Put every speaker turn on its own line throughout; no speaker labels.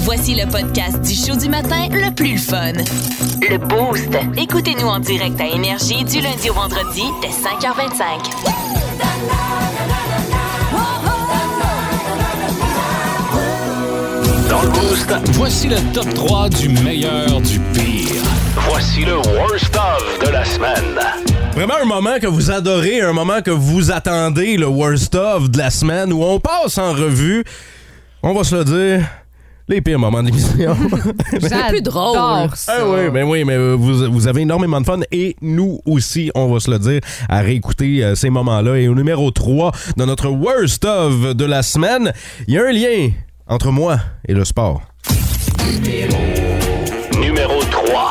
Voici le podcast du show du matin le plus le fun. Le Boost. Écoutez-nous en direct à Énergie du lundi au vendredi dès 5h25.
Dans le boost,
Voici le top 3 du meilleur du pire.
voici le worst of de la semaine.
Vraiment un moment que vous adorez, un moment que vous attendez, le worst of de la semaine où on passe en revue, on va se le dire, les pires moments de l'émission.
C'est plus drôle.
Ah oui, ben oui, mais euh, vous, vous avez énormément de fun et nous aussi, on va se le dire, à réécouter euh, ces moments-là. Et au numéro 3 de notre worst of de la semaine, il y a un lien entre moi et le sport.
Numéro 3.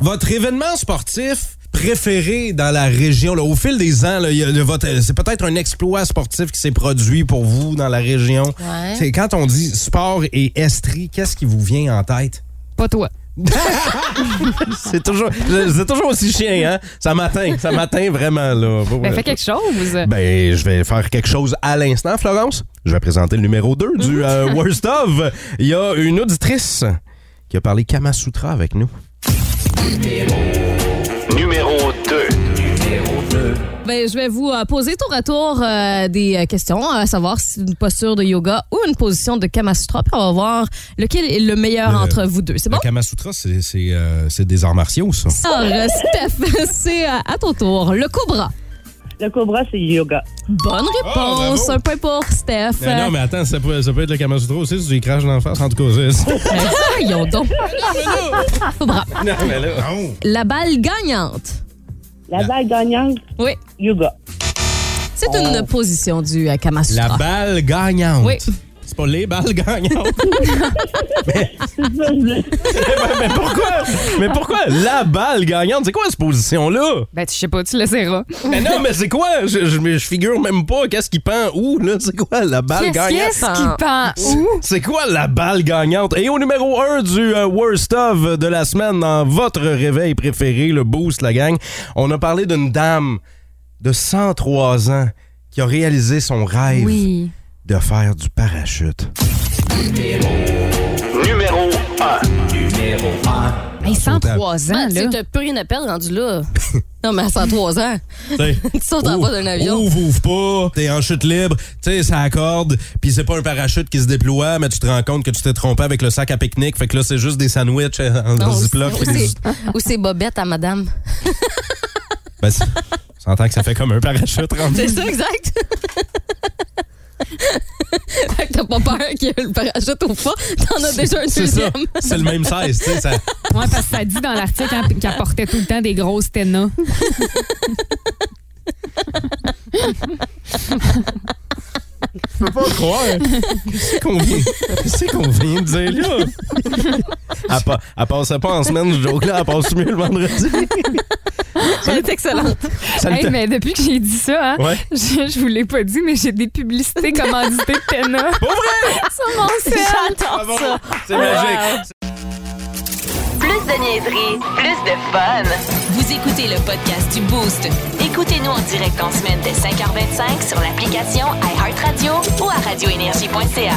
Votre événement sportif préféré dans la région, là, au fil des ans, là, il y a le- votre- euh, c'est peut-être un exploit sportif qui s'est produit pour vous dans la région.
Ouais.
C'est quand on dit sport et estrie, qu'est-ce qui vous vient en tête?
Pas toi.
C'est toujours, c'est toujours aussi chien, hein? Ça m'atteint, ça m'atteint vraiment, là.
Ben, fais quelque chose.
Ben, je vais faire quelque chose à l'instant, Florence. Je vais présenter le numéro 2 du euh, Worst of. Il y a une auditrice qui a parlé Kama Sutra avec nous.
Numéro 2.
Ben, je vais vous euh, poser tour à tour euh, des euh, questions, à savoir si c'est une posture de yoga ou une position de Kamasutra. Puis on va voir lequel est le meilleur
Le-
entre vous deux. C'est bon?
Euh, Le Kama Sutra, c'est, c'est, euh, c'est des arts martiaux, ça.
Alors, euh, Steph, c'est euh, à ton tour. Le cobra.
Le cobra, c'est yoga.
Bonne
Ah, bravo.
réponse. un point pour Steph.
Mais non, mais attends, ça peut, ça peut être le Kama Sutra aussi, si tu écraches dans la face, en tout cas. c'est-
Ben, voyons donc. Cobra.
non, mais là. Non.
La balle gagnante.
La balle gagnante,
Oui.
yoga.
C'est une position du euh, Kamasutra.
Oh. La balle gagnante.
Oui.
C'est pas les balles gagnantes. mais, pourquoi? Mais pourquoi la balle gagnante? C'est quoi cette position-là?
Ben, tu sais pas, tu le sauras.
Mais non, mais c'est quoi? Je, je, mais je figure même pas qu'est-ce qui pend où, là. C'est quoi la balle gagnante?
Qu'est-ce qui pend où?
C'est quoi la balle gagnante? Et au numéro 1 du euh, Worst of de la semaine, dans votre réveil préféré, le Boost, la gang, on a parlé d'une dame de 103 ans qui a réalisé son rêve
Oui.
de faire du parachute.
Numéro 1.
Hey, 103 ans,
Ah, tu
hein, là.
sais, t'as plus rien à perdre rendu là. non, mais à 103 ans.
Tu
sautes en bas d'un avion.
Ouvre, ouvre pas, t'es en chute libre, tu sais, ça accorde, puis c'est pas un parachute qui se déploie, mais tu te rends compte que tu t'es trompé avec le sac à pique-nique, fait que là, c'est juste des sandwichs euh, en
Non,
ziploc.
ou
puis
c'est-
des-
ou c'est bobette à madame.
Ben, c'est- J'entends que ça fait comme un parachute rendu.
C'est ça, exact. fait que t'as pas peur qu'il y ait le parachute au fond. T'en as déjà un
C'est ça,
deuxième.
c'est le même size, tu sais, ça...
Ouais, parce que ça dit dans l'article hein, qu'elle portait tout le temps des grosses ténas.
Je peux pas croire. Qu'est-ce qu'on vient, qu'est-ce qu'on vient de dire là? Elle, pa- elle passait pas en semaine, je joke là, elle passe mieux le vendredi.
Elle est excellente.
Hey,
Salut-
mais depuis que j'ai dit ça, hein,
Ouais.
je, je vous l'ai pas dit, mais j'ai des publicités commanditées de ténas.
Pour vrai!
Sur mon sel.
Ah bon, C'est magique.
Plus de niaiserie, plus de fun. Vous écoutez le podcast du Boost. Écoutez-nous en direct en semaine dès 5h25 sur l'application iHeartRadio ou à radioénergie.ca.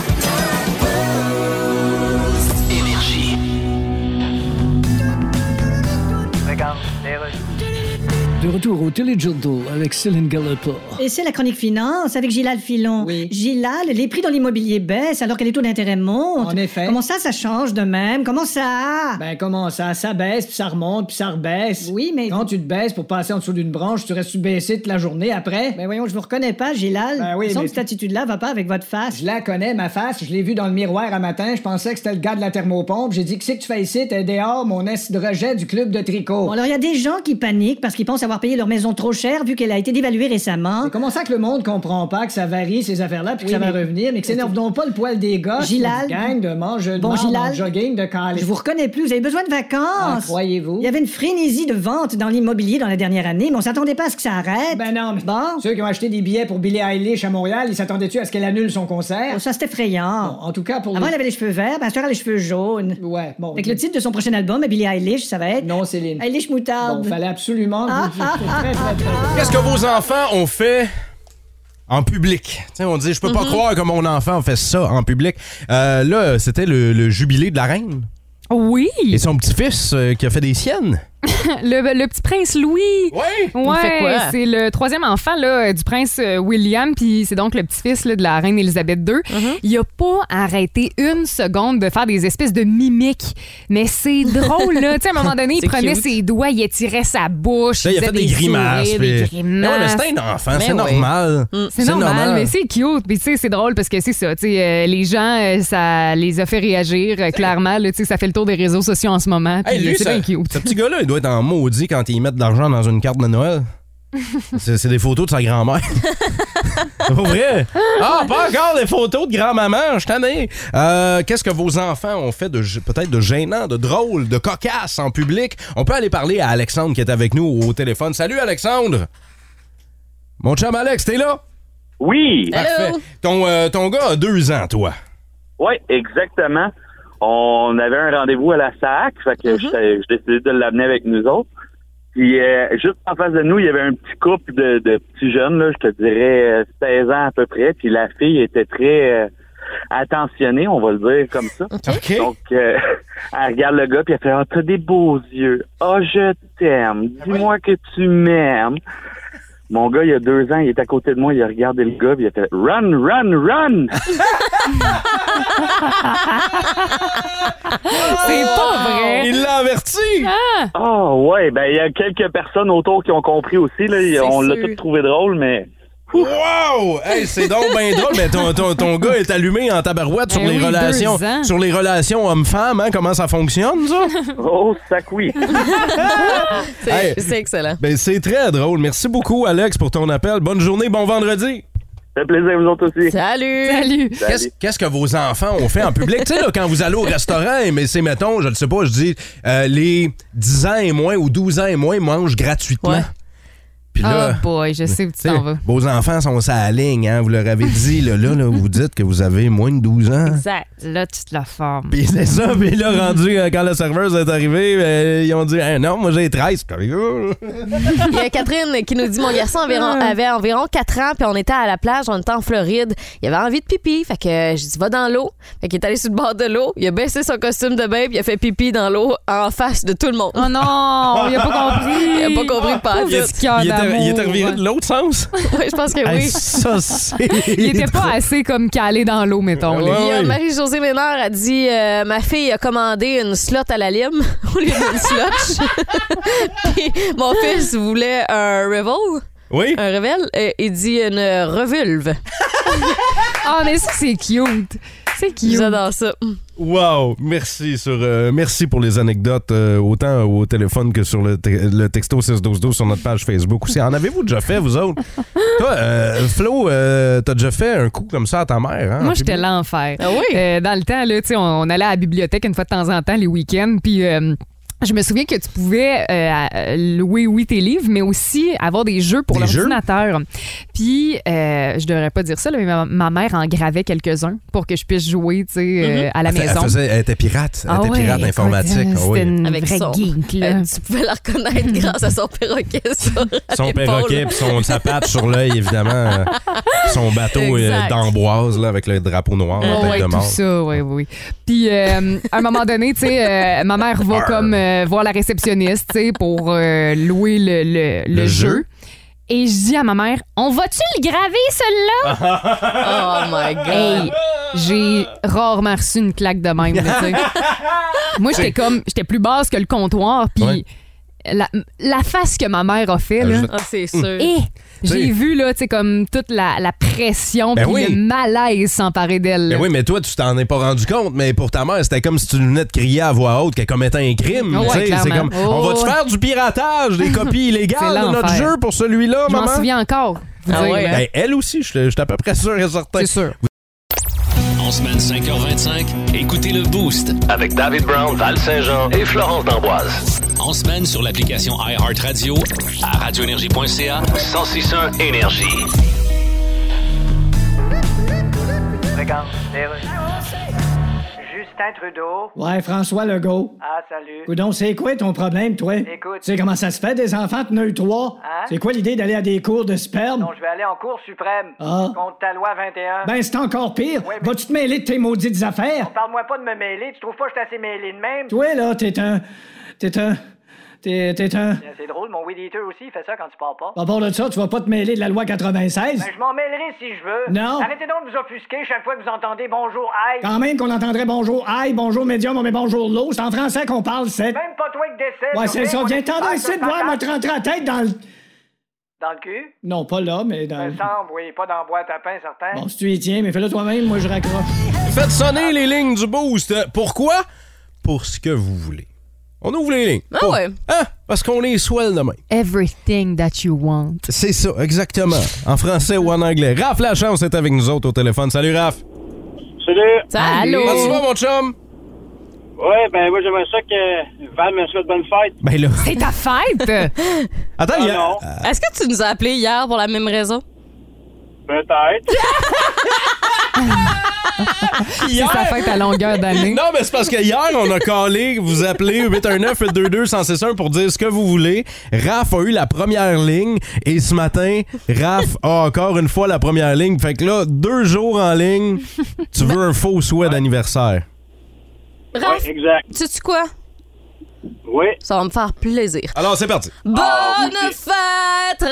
De retour au Téléjournal avec Céline Gallopor.
Et c'est la chronique finance avec Gilal Filon. Gilal, les prix dans l'immobilier baissent alors que les taux d'intérêt montent.
En effet.
Comment ça, ça change de même? Comment ça?
Ben comment ça? Ça baisse, puis ça remonte, puis ça rebaisse.
oui, mais...
Quand tu te baisses pour passer en dessous d'une branche, tu restes sous-baissé toute la journée après.
Ben voyons, je vous reconnais pas, Gilal.
Ben oui,
Il me semble
mais-
que cette attitude-là va pas avec votre face.
Je la connais, ma face. Je l'ai vue dans le miroir un matin. Je pensais que c'était le gars de la thermopompe. J'ai dit, que c'est que tu fais ici? T'es dehors, mon est de rejet du club de tricot.
Bon, alors il y a des gens qui paniquent parce qu'ils pensent avoir payé leur maison trop cher vu qu'elle a été dévaluée récemment.
Mais Comment ça que le monde comprend pas que ça varie ces affaires-là puis que
Oui,
ça va
mais-
revenir, mais que s'énerve donc pas le poil des gars.
Gilal.
Gang de mange de
Bon,
marde,
Gilal.
en jogging de calais.
Je vous reconnais plus, vous avez besoin de
Ah,
vacances.
Croyez-vous.
il y avait une frénésie de vente dans l'immobilier dans la dernière année, mais on s'attendait pas à ce que ça arrête.
Ben non, mais
Bon.
ceux qui ont acheté des billets pour Billie Eilish à Montréal, ils s'attendaient-tu à ce qu'elle annule son concert?
Oh, ça, c'est effrayant.
En tout cas, pour
Avant,
les-
elle avait les cheveux verts, ben, elle a les cheveux jaunes.
Ouais, bon.
Avec le titre de son prochain album, à Billie Eilish, ça va être.
Non, Céline.
Eilish Moutarde.
Bon, fallait absolument. que vous-
Ah, ah, ah,
Très, très, très-
Qu'est-ce que vos enfants ont fait En public. Tu sais, on dit, je peux pas croire que mon enfant fait ça en public. Euh, là, c'était le, le jubilé de la reine.
Oui,
Et son petit-fils euh, qui a fait des siennes.
le, le petit prince Louis.
Oui!
fait
Ouais,
quoi?
c'est le troisième enfant là, du prince euh, William, puis c'est donc le petit-fils là, de la reine Élisabeth II.
Mm-hmm.
Il a pas arrêté une seconde de faire des espèces de mimiques. Mais c'est drôle, là. Tu sais, à un moment donné, il
C'est
prenait
cute.
ses doigts, il étirait sa bouche.
Là, il a
faisait
fait des grimaces.
sourires,
puis-
des
Mais ouais, mais
grimaces. Ben Mm.
c'est un enfant, c'est
ouais.
normal.
C'est normal, mais c'est cute. Puis, tu sais, c'est drôle parce que c'est ça. Tu sais, euh, les gens, euh, ça les a fait réagir, euh, clairement. Là, tu sais, ça fait le tour des réseaux sociaux en ce moment.
Hey,
puis, euh,
lui,
c'est
ça-
bien cute.
ce petit gars-là, il doit être en maudit quand il met de l'argent dans une carte de Noël. C'est c'est des photos de sa grand-mère. c'est pas vrai? Ah, pas encore des photos de grand-maman, je t'en ai. Euh, Qu'est-ce que vos enfants ont fait de g- peut-être de gênant, de drôle, de cocasse en public? On peut aller parler à Alexandre qui est avec nous au téléphone. Salut Alexandre! Mon chum Alex, t'es là?
Oui,
Parfait. Ton, euh, ton gars a deux ans, toi.
oui, exactement. On avait un rendez-vous à la SAC, fait que je, je décidais de l'amener avec nous autres. Puis euh, juste en face de nous, il y avait un petit couple de, de petits jeunes, là, je te dirais euh, 16 ans à peu près. Puis la fille était très euh, attentionnée, on va le dire comme ça.
OK.
Donc, euh, elle regarde le gars, puis elle fait Ah, t'as des beaux yeux. Ah, je t'aime. Dis-moi que tu m'aimes. Mon gars, il y a deux ans, il est à côté de moi, il a regardé le gars, puis il a fait Run, run, run!
C'est pas vrai.
Ah. Il l'a averti!
Ah, ouais, ben, il y a quelques personnes autour qui ont compris aussi, là.
C'est
On l'a
sûr.
tous trouvé drôle, mais.
Wow! Hey, c'est donc bien drôle, mais ton, ton- ton gars est allumé en tabarouette sur
Ben
les
oui,
relations
deux ans.
sur les relations hommes-femmes, hein, comment ça fonctionne, ça?
Oh, sac oui!
C'est
Hey.
c'est excellent.
ben c'est très drôle. Merci beaucoup, Alex, pour ton appel. Bonne journée, bon vendredi.
fait plaisir, vous autres aussi.
Salut!
Salut.
Qu'est-ce qu'est-ce que vos enfants ont fait en public? tu sais, là, quand vous allez au restaurant, mais c'est, mettons, je ne sais pas, je dis, euh, les 10 ans et moins ou 12 ans et moins mangent gratuitement.
Ouais.
Puis Ah, là,
Oh boy, je sais où tu
tu sais,
t'en vas.
vos enfants sont ça la ligne, hein, vous leur avez dit, là, là, là, vous dites que vous avez moins de 12 ans.
Exact. Là, tu te la formes.
Puis c'est ça, puis là, rendu, euh, quand la serveuse est arrivée, euh, ils ont dit Hey, Non, moi j'ai 13. Comme, Euh,
Il y a Catherine qui nous dit Mon garçon environ- avait environ 4 ans, puis on était à la plage, on était en Floride. Il avait envie de pipi. Fait que euh, j'ai dit Va dans l'eau. Fait qu'il est allé sur le bord de l'eau. Il a baissé son costume de bain, puis il a fait pipi dans l'eau en face de tout le monde.
Oh non, il a pas compris.
Il a pas compris pas
Pauvre
il,
tout.
petit cœur
il était, il était
d'amour.
reviré de l'autre sens.
Ouais, je pense que
Hey,
oui.
ça, c'est.
Il était pas assez comme calé dans l'eau, mettons. là.
Ouais.
Il y a Marie-Josée Ménard a dit euh, Ma fille a commandé une slot à la lime au lieu d'une slotch. Puis mon fils voulait un revel.
Oui.
Un revel. euh, il dit une revulve.
Ah, mais ça, c'est cute. C'est cute.
J'adore ça. Euh,
Wow. Merci, sur, euh, merci pour les anecdotes, euh, autant au téléphone que sur le, te- le texto 61212 sur notre page Facebook aussi. En avez-vous déjà fait, vous autres Toi, euh, Flo, euh, t'as déjà fait un coup comme ça à ta mère, hein, en
Moi, j'étais
public?
l'enfer.
Ah oui?
Euh, dans le temps, là, tu sais, on, on allait à la bibliothèque une fois de temps en temps, les week-ends, puis... euh, je me souviens que tu pouvais euh, euh, louer, oui, tes livres, mais aussi avoir des jeux pour
Des jeux?
l'ordinateur. Puis, euh, je devrais pas dire ça, là, mais ma, ma mère en gravait quelques-uns pour que je puisse jouer, tu sais, euh, à la
Mm-hmm. Elle fait-
maison.
Elle, faisait- elle était pirate. Elle
Ah
était
ouais,
pirate
écoute,
informatique.
euh,
Ah oui.
C'était une
Avec
vraie
son-
geek, là.
Euh, tu pouvais la reconnaître grâce à son perroquet. sur
Son
l'épaule.
perroquet puis son sa patte sur l'œil, évidemment. Euh, son bateau euh,
Exact.
d'amboise là, avec le drapeau noir, la
Oui,
tête de
Ah tout
mort.
ça, oui, oui. Puis, euh, à un moment donné, tu sais, euh, ma mère va comme euh, voir la réceptionniste, tu sais, pour euh, louer le, le- le
Le
jeu.
jeu.
Et je dis à ma mère, on va-tu le graver, celui-là?
Oh my
Hey,
god.
j'ai rarement reçu une claque de même, là, tu sais. Moi, j'étais comme, j'étais plus basse que le comptoir, puis
Ouais.
la, la face que ma mère a fait, là.
Elle
Ah, c'est sûr.
Et
sais.
j'ai vu, là, tu sais, comme toute la, la pression,
Ben
puis
oui.
le malaise s'emparer d'elle. là.
Mais Ben oui, mais toi, tu t'en es pas rendu compte, mais pour ta mère, c'était comme si tu venais de crier à voix haute qu'elle commettait un crime.
Ah Ouais,
tu sais, c'est
clairement.
comme, on va-tu
Oh.
faire du piratage, des copies
C'est
illégales de notre
l'enfer.
jeu pour celui-là,
Je m'en
maman?
souviens encore. vous
Ah
dire,
ouais,
là.
Ben, elle aussi, je je suis à peu près sûr et certain.
C'est sûr.
En semaine 5h25, écoutez le Boost.
Avec David Brown, Val Saint-Jean et Florence D'Amboise.
En semaine sur l'application iHeartRadio à radioénergie.ca.
1061 Énergie.
Justin Trudeau.
Ouais, François Legault.
Ah, salut.
Coudon, c'est quoi ton problème, toi?
Écoute.
Tu sais comment ça se fait, des enfants, t'en as eu trois?
Hein?
C'est quoi l'idée d'aller à des cours de sperme?
Non, je vais aller en Cour suprême
Ah.
contre ta loi 21.
Ben, c'est encore pire. Vas-tu te mêler de tes maudites affaires?
Parle-moi pas de me mêler. Tu trouves pas que je suis assez mêlé de même?
Toi, là, t'es un... T'es un... T'es t'es un...
Tiens, C'est drôle, mon weed eater aussi, il fait ça quand tu pars pas.
À part de ça, tu vas pas te mêler de la loi 96?
Ben, je m'en mêlerai si je veux.
Non.
Arrêtez donc de vous offusquer chaque fois que vous entendez bonjour, aïe.
Quand même qu'on entendrait bonjour aïe, bonjour médium, mais bonjour l'eau. C'est en français qu'on parle, c'est...
Même pas toi qui décède.
Ouais, c'est ça. Viens t'en ici de voir, m'a te rentrer la tête dans le...
Dans le cul?
Non, pas là, mais
Ça
dans...
me semble, oui, pas dans la boîte à pain, certain.
Bon, si tu y tiens, mais fais-le toi-même, moi, je raccroche.
Faites sonner les lignes du boost. Euh, Pourquoi? Pour ce que vous voulez. On ouvre les lignes.
Ah
Pour-
ouais.
Hein? Parce qu'on est swell demain.
Everything that you want.
C'est ça, exactement. En français ou en anglais. Raph Lachance est avec nous autres au téléphone. Salut Raph.
Salut.
Salut. Comment tu vas, mon chum?
Ouais, ben moi j'aimerais ça que Val me souhaite bonne fête.
Ben là.
C'est Ah, ta fête!
Attends,
il y a... non.
Est-ce que tu nous as appelés hier pour la même raison?
Peut-être.
C'est sa fête à longueur d'année.
Non, mais c'est parce que hier, on a callé, vous appelez 819-822-161 pour dire ce que vous voulez. Raph a eu la première ligne et ce matin, Raph a encore une fois la première ligne. Fait que là, deux jours en ligne, tu veux un faux souhait d'anniversaire.
Raph,
exact.
tu sais quoi?
Oui.
Ça va me faire plaisir.
Alors, c'est parti.
Bonne fête,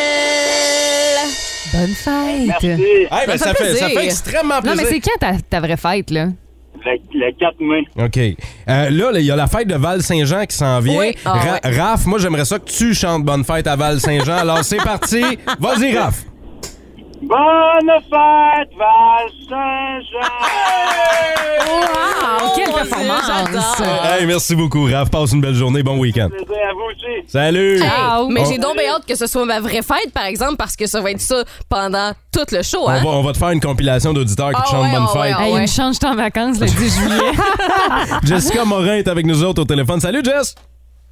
Raphaël!
Bonne fête!
Hey, ben, ça, fait, ça fait extrêmement
Non,
plaisir.
mais c'est quand ta, ta vraie fête, là?
Le, le 4 mai.
OK. Euh, là, là, il y a la fête de Val-Saint-Jean qui s'en vient.
Oui. Ah,
Ra-
ouais.
Raph, moi, j'aimerais ça que tu chantes Bonne fête à Val-Saint-Jean. Alors, c'est parti. Vas-y, Raph.
Bonne fête, Val Saint-Jean!
Wow! Quelle
performance!
Hey, merci beaucoup, Raph. Passe une belle journée. Bon week-end.
Plaisir à vous aussi.
Salut.
Hey, mais
On-
j'ai donc bien hâte que ce soit ma vraie fête, par exemple, parce que ça va être ça pendant tout le show.
On
hein?
va, on va te faire une compilation d'auditeurs qui
Ah
te chantent
ouais,
Bonne
ah ouais,
fête.
ah ouais.
Hey, une change en vacances le 10 juillet.
Jessica Morin est avec nous autres au téléphone. Salut, Jess.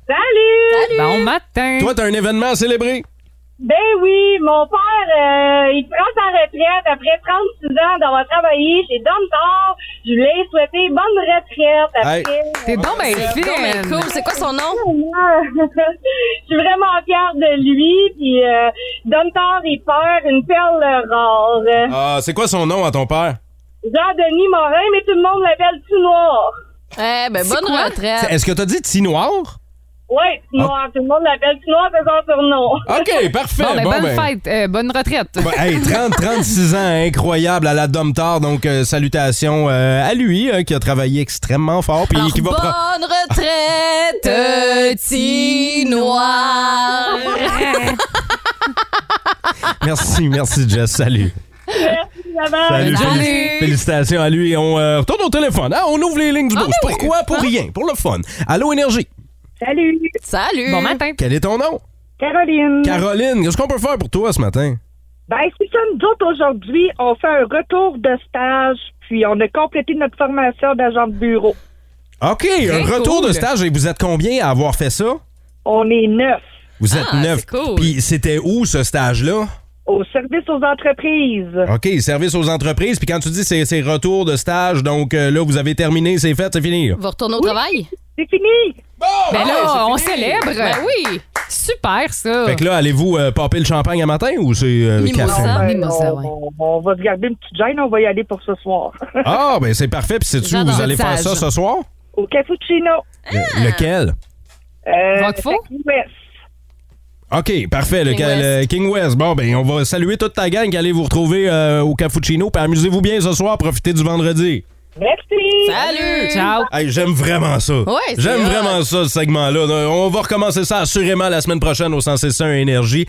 Salut! Bon
Mmh.
matin!
Toi, t'as un événement à célébrer.
Ben oui, mon père, euh, il prend sa retraite après 36 ans d'avoir travaillé chez Domtar. Je lui ai souhaité bonne retraite après.
Hey.
T'es donc ben
C'est
fine.
donc ben
cool. C'est quoi son nom?
Je suis vraiment fière de lui. Puis euh, Domtar, il perd une perle rare.
Ah, c'est quoi son nom à ton père?
Ah.
Jean-Denis Morin, mais tout le monde l'appelle Tout Noir.
Eh ben, bonne retraite.
Est-ce que t'as dit Petit Noir?
Ouais, Tout Noir. Tout le monde l'appelle Tout Noir, c'est son surnom.
Ah.
OK, parfait.
Bon, ben,
Bon,
bonne
ben.
fête, euh, bonne retraite.
Bah, hey, 30, 36 ans, incroyable à la Domtar. Donc, euh, salutations euh, à lui euh, qui a travaillé extrêmement fort. Puis qui va. pro-
Bonne retraite, petit noir.
Merci, merci, Jess. Salut. Salut, félic- Félicitations à lui. Et on euh, retourne au téléphone. Ah, on ouvre les lignes du boost.
ben
Pourquoi?
Ah.
Pour rien. Pour le fun. Allô, Énergie.
Salut.
Salut.
Bon matin.
Quel est ton nom?
Caroline.
Caroline, qu'est-ce qu'on peut faire pour toi ce matin?
Ben, c'est ça, nous autres, aujourd'hui, on fait un retour de stage, puis on a complété notre formation d'agent de bureau.
OK, un retour
cool.
de stage. Et vous êtes combien à avoir fait ça?
On est neuf
Vous êtes
Ah,
neuf.
c'est cool.
Puis c'était où ce stage-là?
au service aux entreprises.
Ah.
OK, service aux entreprises. Puis quand tu dis c'est c'est retour de stage, donc euh, là, vous avez terminé, c'est fait, c'est fini. là.
Vous retournez au travail?
C'est fini.
ben
ouais, c'est
là, on
fini.
célèbre.
Ben oui.
Super, ça.
Ah.
Fait que là, allez-vous euh, popper le champagne à matin ou c'est euh, le café?
Ah
Non, ben, on, on- on va se garder une petite gêne, on va y aller pour ce soir.
Ah, ben c'est parfait. Puis sais-tu où
J'adore
vous
le
allez faire ça
stage.
ce soir?
au cappuccino.
Ah!
Le- lequel?
Euh,
Roquefort?
Sacré Ouest.
OK, parfait. Le
King
ca- le King West. Bon, ben, on va saluer toute ta gang qui allez vous retrouver euh, au Cappuccino. Puis amusez-vous bien ce soir. Profitez du vendredi.
Merci.
Salut.
Ciao.
Hey, J'aime vraiment ça.
Ouais, c'est
J'aime
hot.
vraiment ça, ce segment-là. On va recommencer ça assurément la semaine prochaine au 161 Énergie.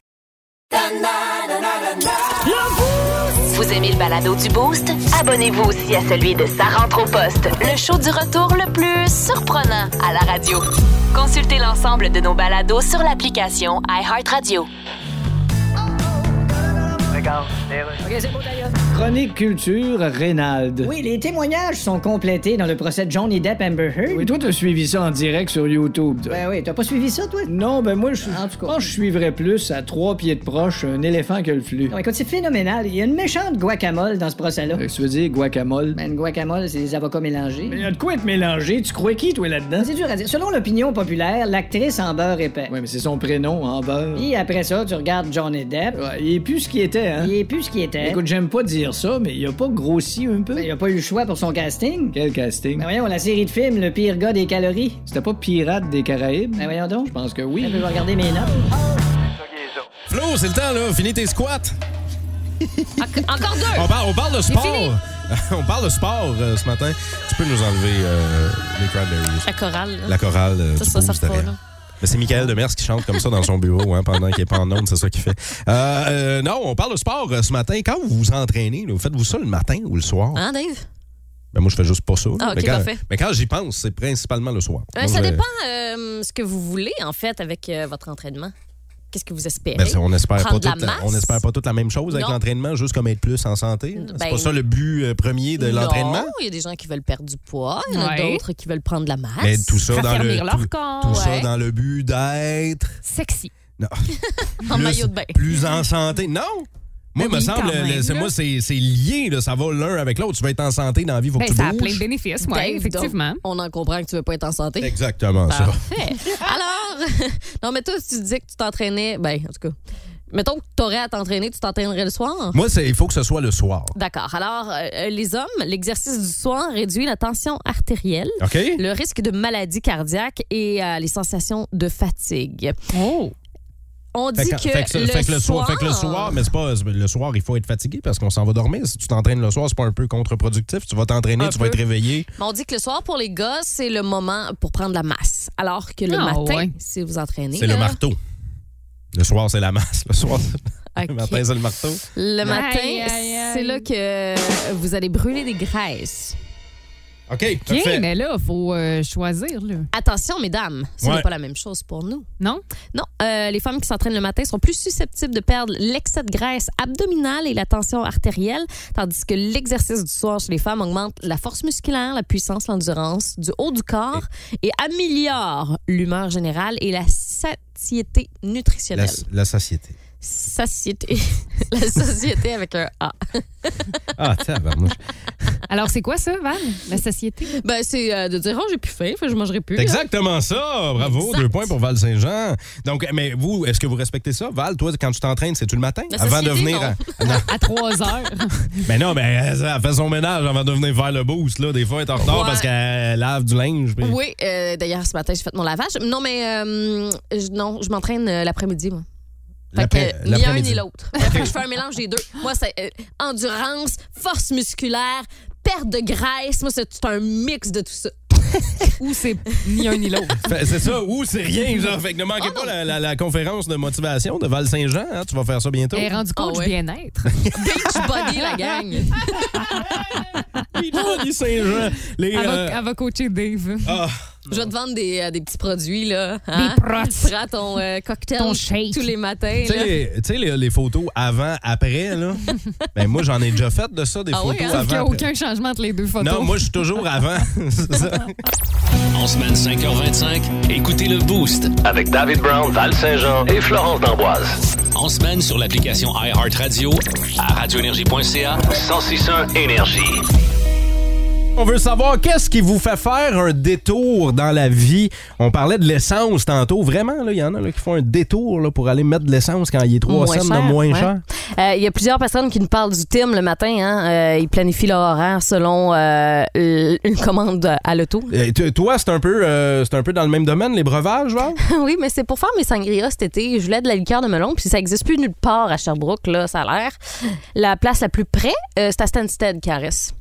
Vous aimez le balado du Boost? Abonnez-vous aussi à celui de Sa rentre au poste, le show du retour le plus surprenant à la radio. Consultez l'ensemble de nos balados sur l'application iHeartRadio.
Regarde.
Chronique culture, Reynald.
Oui, les témoignages sont complétés dans le procès de Johnny Depp Amber Heard.
Oui, toi, t'as suivi ça en direct sur YouTube. toi.
Ben oui, t'as pas suivi ça, toi?
Non, ben moi, je pense que je suivrais plus à trois pieds de proche un éléphant que le flux.
Non, écoute, c'est phénoménal. Il y a une méchante guacamole dans ce procès-là.
Fait que Tu veux dire guacamole?
Ben, une guacamole, c'est des avocats mélangés.
Il y a de quoi être mélangé. Tu crois qui, toi, là-dedans?
C'est dur à dire. Selon l'opinion populaire, l'actrice en beurre épais.
Ouais, mais c'est son prénom, en beurre.
Puis après ça, tu regardes Johnny Depp.
Ouais, il est plus ce qu'il était, hein?
Il est plus ce qu'il était.
Écoute, j'aime pas dire ça, mais il a pas grossi un peu?
Ben, il a pas eu le choix pour son casting.
Quel casting?
Ben voyons, la série de films, le pire gars des calories.
C'était pas Pirate des Caraïbes?
Ben voyons donc.
Je pense que oui.
Je vais regarder mes notes.
Flo, c'est le temps, là. Finis tes squats.
Encore deux!
On parle, on parle de
C'est fini.
sport. on parle de sport euh, ce matin. Tu peux nous enlever euh, les cranberries.
La chorale. là.
La chorale. euh,
Ça,
du
ça, ça
boost,
repart,
Ariel.
là.
Mais c'est Michael Demers qui chante comme ça dans son bureau hein, pendant qu'il est pas en onde, c'est ça qu'il fait. Euh, euh, non, on parle de sport euh, ce matin. Quand vous vous entraînez, là, vous faites-vous ça le matin ou le soir?
Hein, Dave?
Ben, moi, je fais juste pas ça. là.
Ah, ok,
mais quand,
parfait.
mais quand j'y pense, c'est principalement le soir.
Euh,
Moi,
ça
je-
dépend euh, ce que vous voulez, en fait, avec euh, votre entraînement. Qu'est-ce que vous espérez?
Ben, c'est- on espère pas
Prendre de la
toute la,
masse?
on espère pas toute la même chose avec
Non.
l'entraînement, juste comme être plus en santé. là. c'est
Ben,
pas ça le but euh, premier de
Non,
l'entraînement.
Il y a des gens qui veulent perdre du poids, il y en a
Ouais.
d'autres qui veulent prendre de la masse.
Mais Ben, tout ça dans le
Raffermir leur
tout,
corps,
tout ça
ouais.
dans le but d'être
Sexy.
non,
En
plus-
maillot de bain.
plus en santé. Non. Moi,
Ben
me
oui,
semble,
quand même,
le- c'est
là.
moi, c'est c'est lié, là, ça va l'un avec l'autre. Tu veux être en santé dans la vie, faut que
Ben,
tu
ça a
bouges.
plein de bénéfices, oui,
Dave,
effectivement.
donc, on en comprend que tu veux pas être en santé.
Exactement
Bah.
ça.
Parfait. Alors, non, mais toi, si tu disais que tu t'entraînais, ben, en tout cas, mettons que tu aurais à t'entraîner, tu t'entraînerais le soir?
Moi, c'est- il faut que ce soit le soir.
D'accord. Alors, euh, euh, les hommes, l'exercice du soir réduit la tension artérielle,
OK?
le risque de maladies cardiaques et euh, les sensations de fatigue.
Oh!
On dit
Fait
que,
que- fait que ça-
le,
fait que le soir,
soir,
fait que le soir, mais c'est pas le soir, il faut être fatigué parce qu'on s'en va dormir. Si tu t'entraînes le soir, c'est pas un peu contre-productif. Tu vas t'entraîner,
Un
tu vas
peu.
être réveillé.
Mais ben, on dit que le soir, pour les gars, c'est le moment pour prendre la masse. Alors que le
Ah,
matin,
ouais.
si vous entraînez.
C'est le
là,
marteau. Le soir, c'est la masse. Le soir, c'est-
OK.
le matin, c'est le marteau.
Le
Aïe,
matin,
aïe, aïe.
c'est là que vous allez brûler des graisses.
OK,
OK,
parfait.
mais là, il faut euh, choisir, là.
Attention, mesdames, ce
Ouais.
n'est pas la même chose pour nous.
Non?
Non, euh, les femmes qui s'entraînent le matin sont plus susceptibles de perdre l'excès de graisse abdominale et la tension artérielle, tandis que l'exercice du soir chez les femmes augmente la force musculaire, la puissance, l'endurance du haut du corps et améliore l'humeur générale et la satiété
La,
nutritionnelle.
la satiété.
Satiété. la société avec un A.
Ah, tabarnouche.
Alors, c'est quoi ça, Val? La société?
Ben, c'est euh, de dire, oh, j'ai plus faim, fait que je mangerai plus.
C'est exactement ça. Bravo.
Exact.
Deux points pour Val Saint-Jean. Donc, mais vous, est-ce que vous respectez ça? Val, toi, quand tu t'entraînes, c'est-tu le matin?
La
avant de
société,
venir. à-
non.
non.
À 3 heures.
Mais non, mais elle, elle fait son ménage avant de venir faire le boost. Là. Des fois, elle est en retard
Ouais.
parce qu'elle lave du linge. puis-
Oui, euh, d'ailleurs, ce matin, j'ai fait mon lavage. Non, mais euh, je, non, je m'entraîne euh, l'après-midi, moi. Fait
L'après-
que, euh, ni un
l'après-midi.
ni l'autre. Fait que je fais un mélange des deux. Moi, c'est euh, endurance, force musculaire, perte de graisse. Moi, c'est tout un mix de tout ça.
Ou c'est ni un ni l'autre.
Fait- C'est ça, ou c'est rien, genre. Fait que ne
Ah
manquez pas la, la- la conférence de motivation de Val Saint-Jean. hein. Tu vas faire ça bientôt.
Elle est rendue compte
Ah ouais.
du bien-être.
Beach body, la gang.
Val Saint-Jean. Les,
Elle,
euh,
va- elle va coacher Dave.
ah.
Je vais te vendre des, euh, des petits produits, là. hein.
Des prods.
Tu prends ton euh, cocktail
Ton shake.
tous les matins.
Tu sais,
là.
les- tu sais, les, les photos avant, après, là. ben, moi, j'en ai déjà fait de ça, des
Ah oui,
photos
hein?
Sauf qu'il n'y
avant.
a
après.
aucun changement entre les deux photos.
Non, moi, je suis toujours avant. C'est ça.
En semaine 5h25, écoutez le Boost.
Avec David Brown, Val Saint-Jean et Florence D'Amboise.
En semaine sur l'application iHeartRadio à radioénergie.ca.
1061 Énergie.
On veut savoir qu'est-ce qui vous fait faire un détour dans la vie. On parlait de l'essence tantôt. Vraiment, là, il y en a là, qui font un détour là, pour aller mettre de l'essence quand il est 3
Moins
cents de
cher,
moins
ouais.
cher.
Euh, Il y a plusieurs personnes qui nous parlent du thème le matin. Hein. Euh, ils planifient leur horaire selon euh, l- une commande à l'auto.
Et t- toi, c'est un, peu, euh, c'est un peu dans le même domaine, les breuvages, Val?
oui, mais c'est pour faire mes sangria cet été. Je voulais de la liqueur de melon, puis ça n'existe plus nulle part à Sherbrooke, là, ça a l'air. La place la plus près, euh, c'est à Stansted, Caris.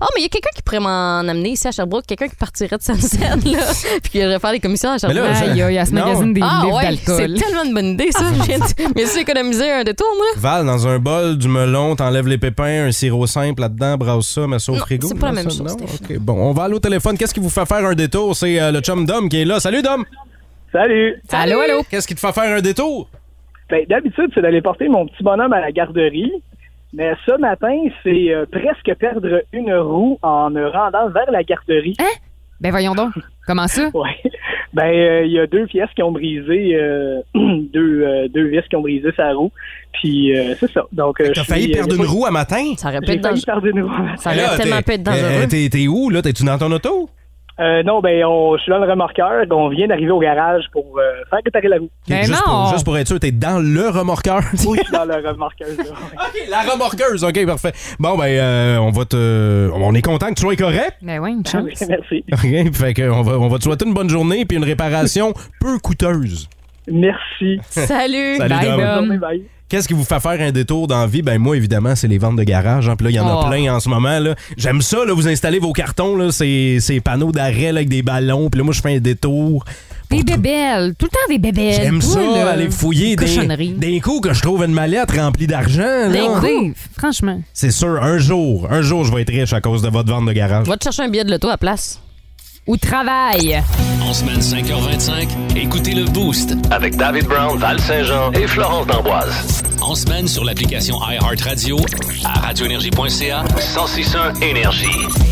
Oh, mais il y a quelqu'un qui pourrait m'en amener ici à Sherbrooke, quelqu'un qui partirait de Stansted, là, puis qui irait faire les commissions à
Mais là,
Sherbrooke.
je-
Aïe, aïe, à ce
Non.
magazine des
ah
livres
ouais, c'est
d'alcool.
tellement une bonne idée, ça. Je viens de- Mais c'est économiser un détour, moi.
Val, dans un bol, du melon, t'enlèves les pépins, un sirop simple là-dedans, brasse ça, mets ça au
Non,
frigo.
c'est pas la
Non,
même
ça,
chose,
non?
Stéphane.
OK, Bon, on va aller au téléphone. Qu'est-ce qui vous fait faire un détour? C'est euh, le chum Dom qui est là. Salut Dom!
Salut!
Allô, allô.
Qu'est-ce qui te fait faire un détour?
Ben, D'habitude, c'est d'aller porter mon petit bonhomme à la garderie.
Mais ce matin, c'est euh, presque perdre une roue en me rendant vers la garderie.
Ben voyons donc. Comment
Ah.
ça?
Oui. Ben, euh, il y a deux pièces qui ont brisé, euh, deux, euh, deux vis qui ont brisé sa roue. Puis, euh, c'est ça. Donc, euh,
T'as
je
failli
suis, euh,
perdre
j'ai
une
pas-
roue à matin?
Ça aurait
pu J'ai être failli dangereux. perdre une roue. Ça aurait
Là,
tellement
t'es-
pu être dangereux.
euh, T'es t'es où, là? T'es-tu dans ton auto?
Euh, non, ben, on, je suis dans le remorqueur. On vient d'arriver au garage pour euh, faire réparer la roue.
juste, Pour, juste pour être sûr, t'es dans le remorqueur.
Oui, je suis dans le remorqueur. OK,
la remorqueuse. OK, parfait. Bon, ben, euh, on va te. On est content que tu sois correct.
Ben oui, une chance.
Merci.
OK, fait que on va, on va te souhaiter une bonne journée puis une réparation peu coûteuse.
Merci.
Salut.
Salut, Dom. Qu'est-ce qui vous fait faire un détour dans la vie? Ben moi, évidemment, c'est les ventes de garage. hein. Puis là, il y
Oh.
en a plein en ce moment. là. J'aime ça, là, vous installez vos cartons, là, ces, ces panneaux d'arrêt là, avec des ballons. Puis là, moi, je fais un détour.
Des bébelles. Tout le temps des bébelles.
J'aime
Toi,
ça,
là,
aller fouiller
cochonneries.
des, des coups que je trouve une mallette remplie d'argent. là.
Oui, Ben, franchement.
C'est sûr, un jour, un jour, je vais être riche à cause de votre vente de garage.
Va te chercher un billet de l'auto à place.
Ou travail.
En semaine 5h25, écoutez le Boost.
Avec David Brown, Val Saint-Jean et Florence D'Amboise. En semaine sur l'application iHeartRadio à radioénergie.ca 1061 Énergie.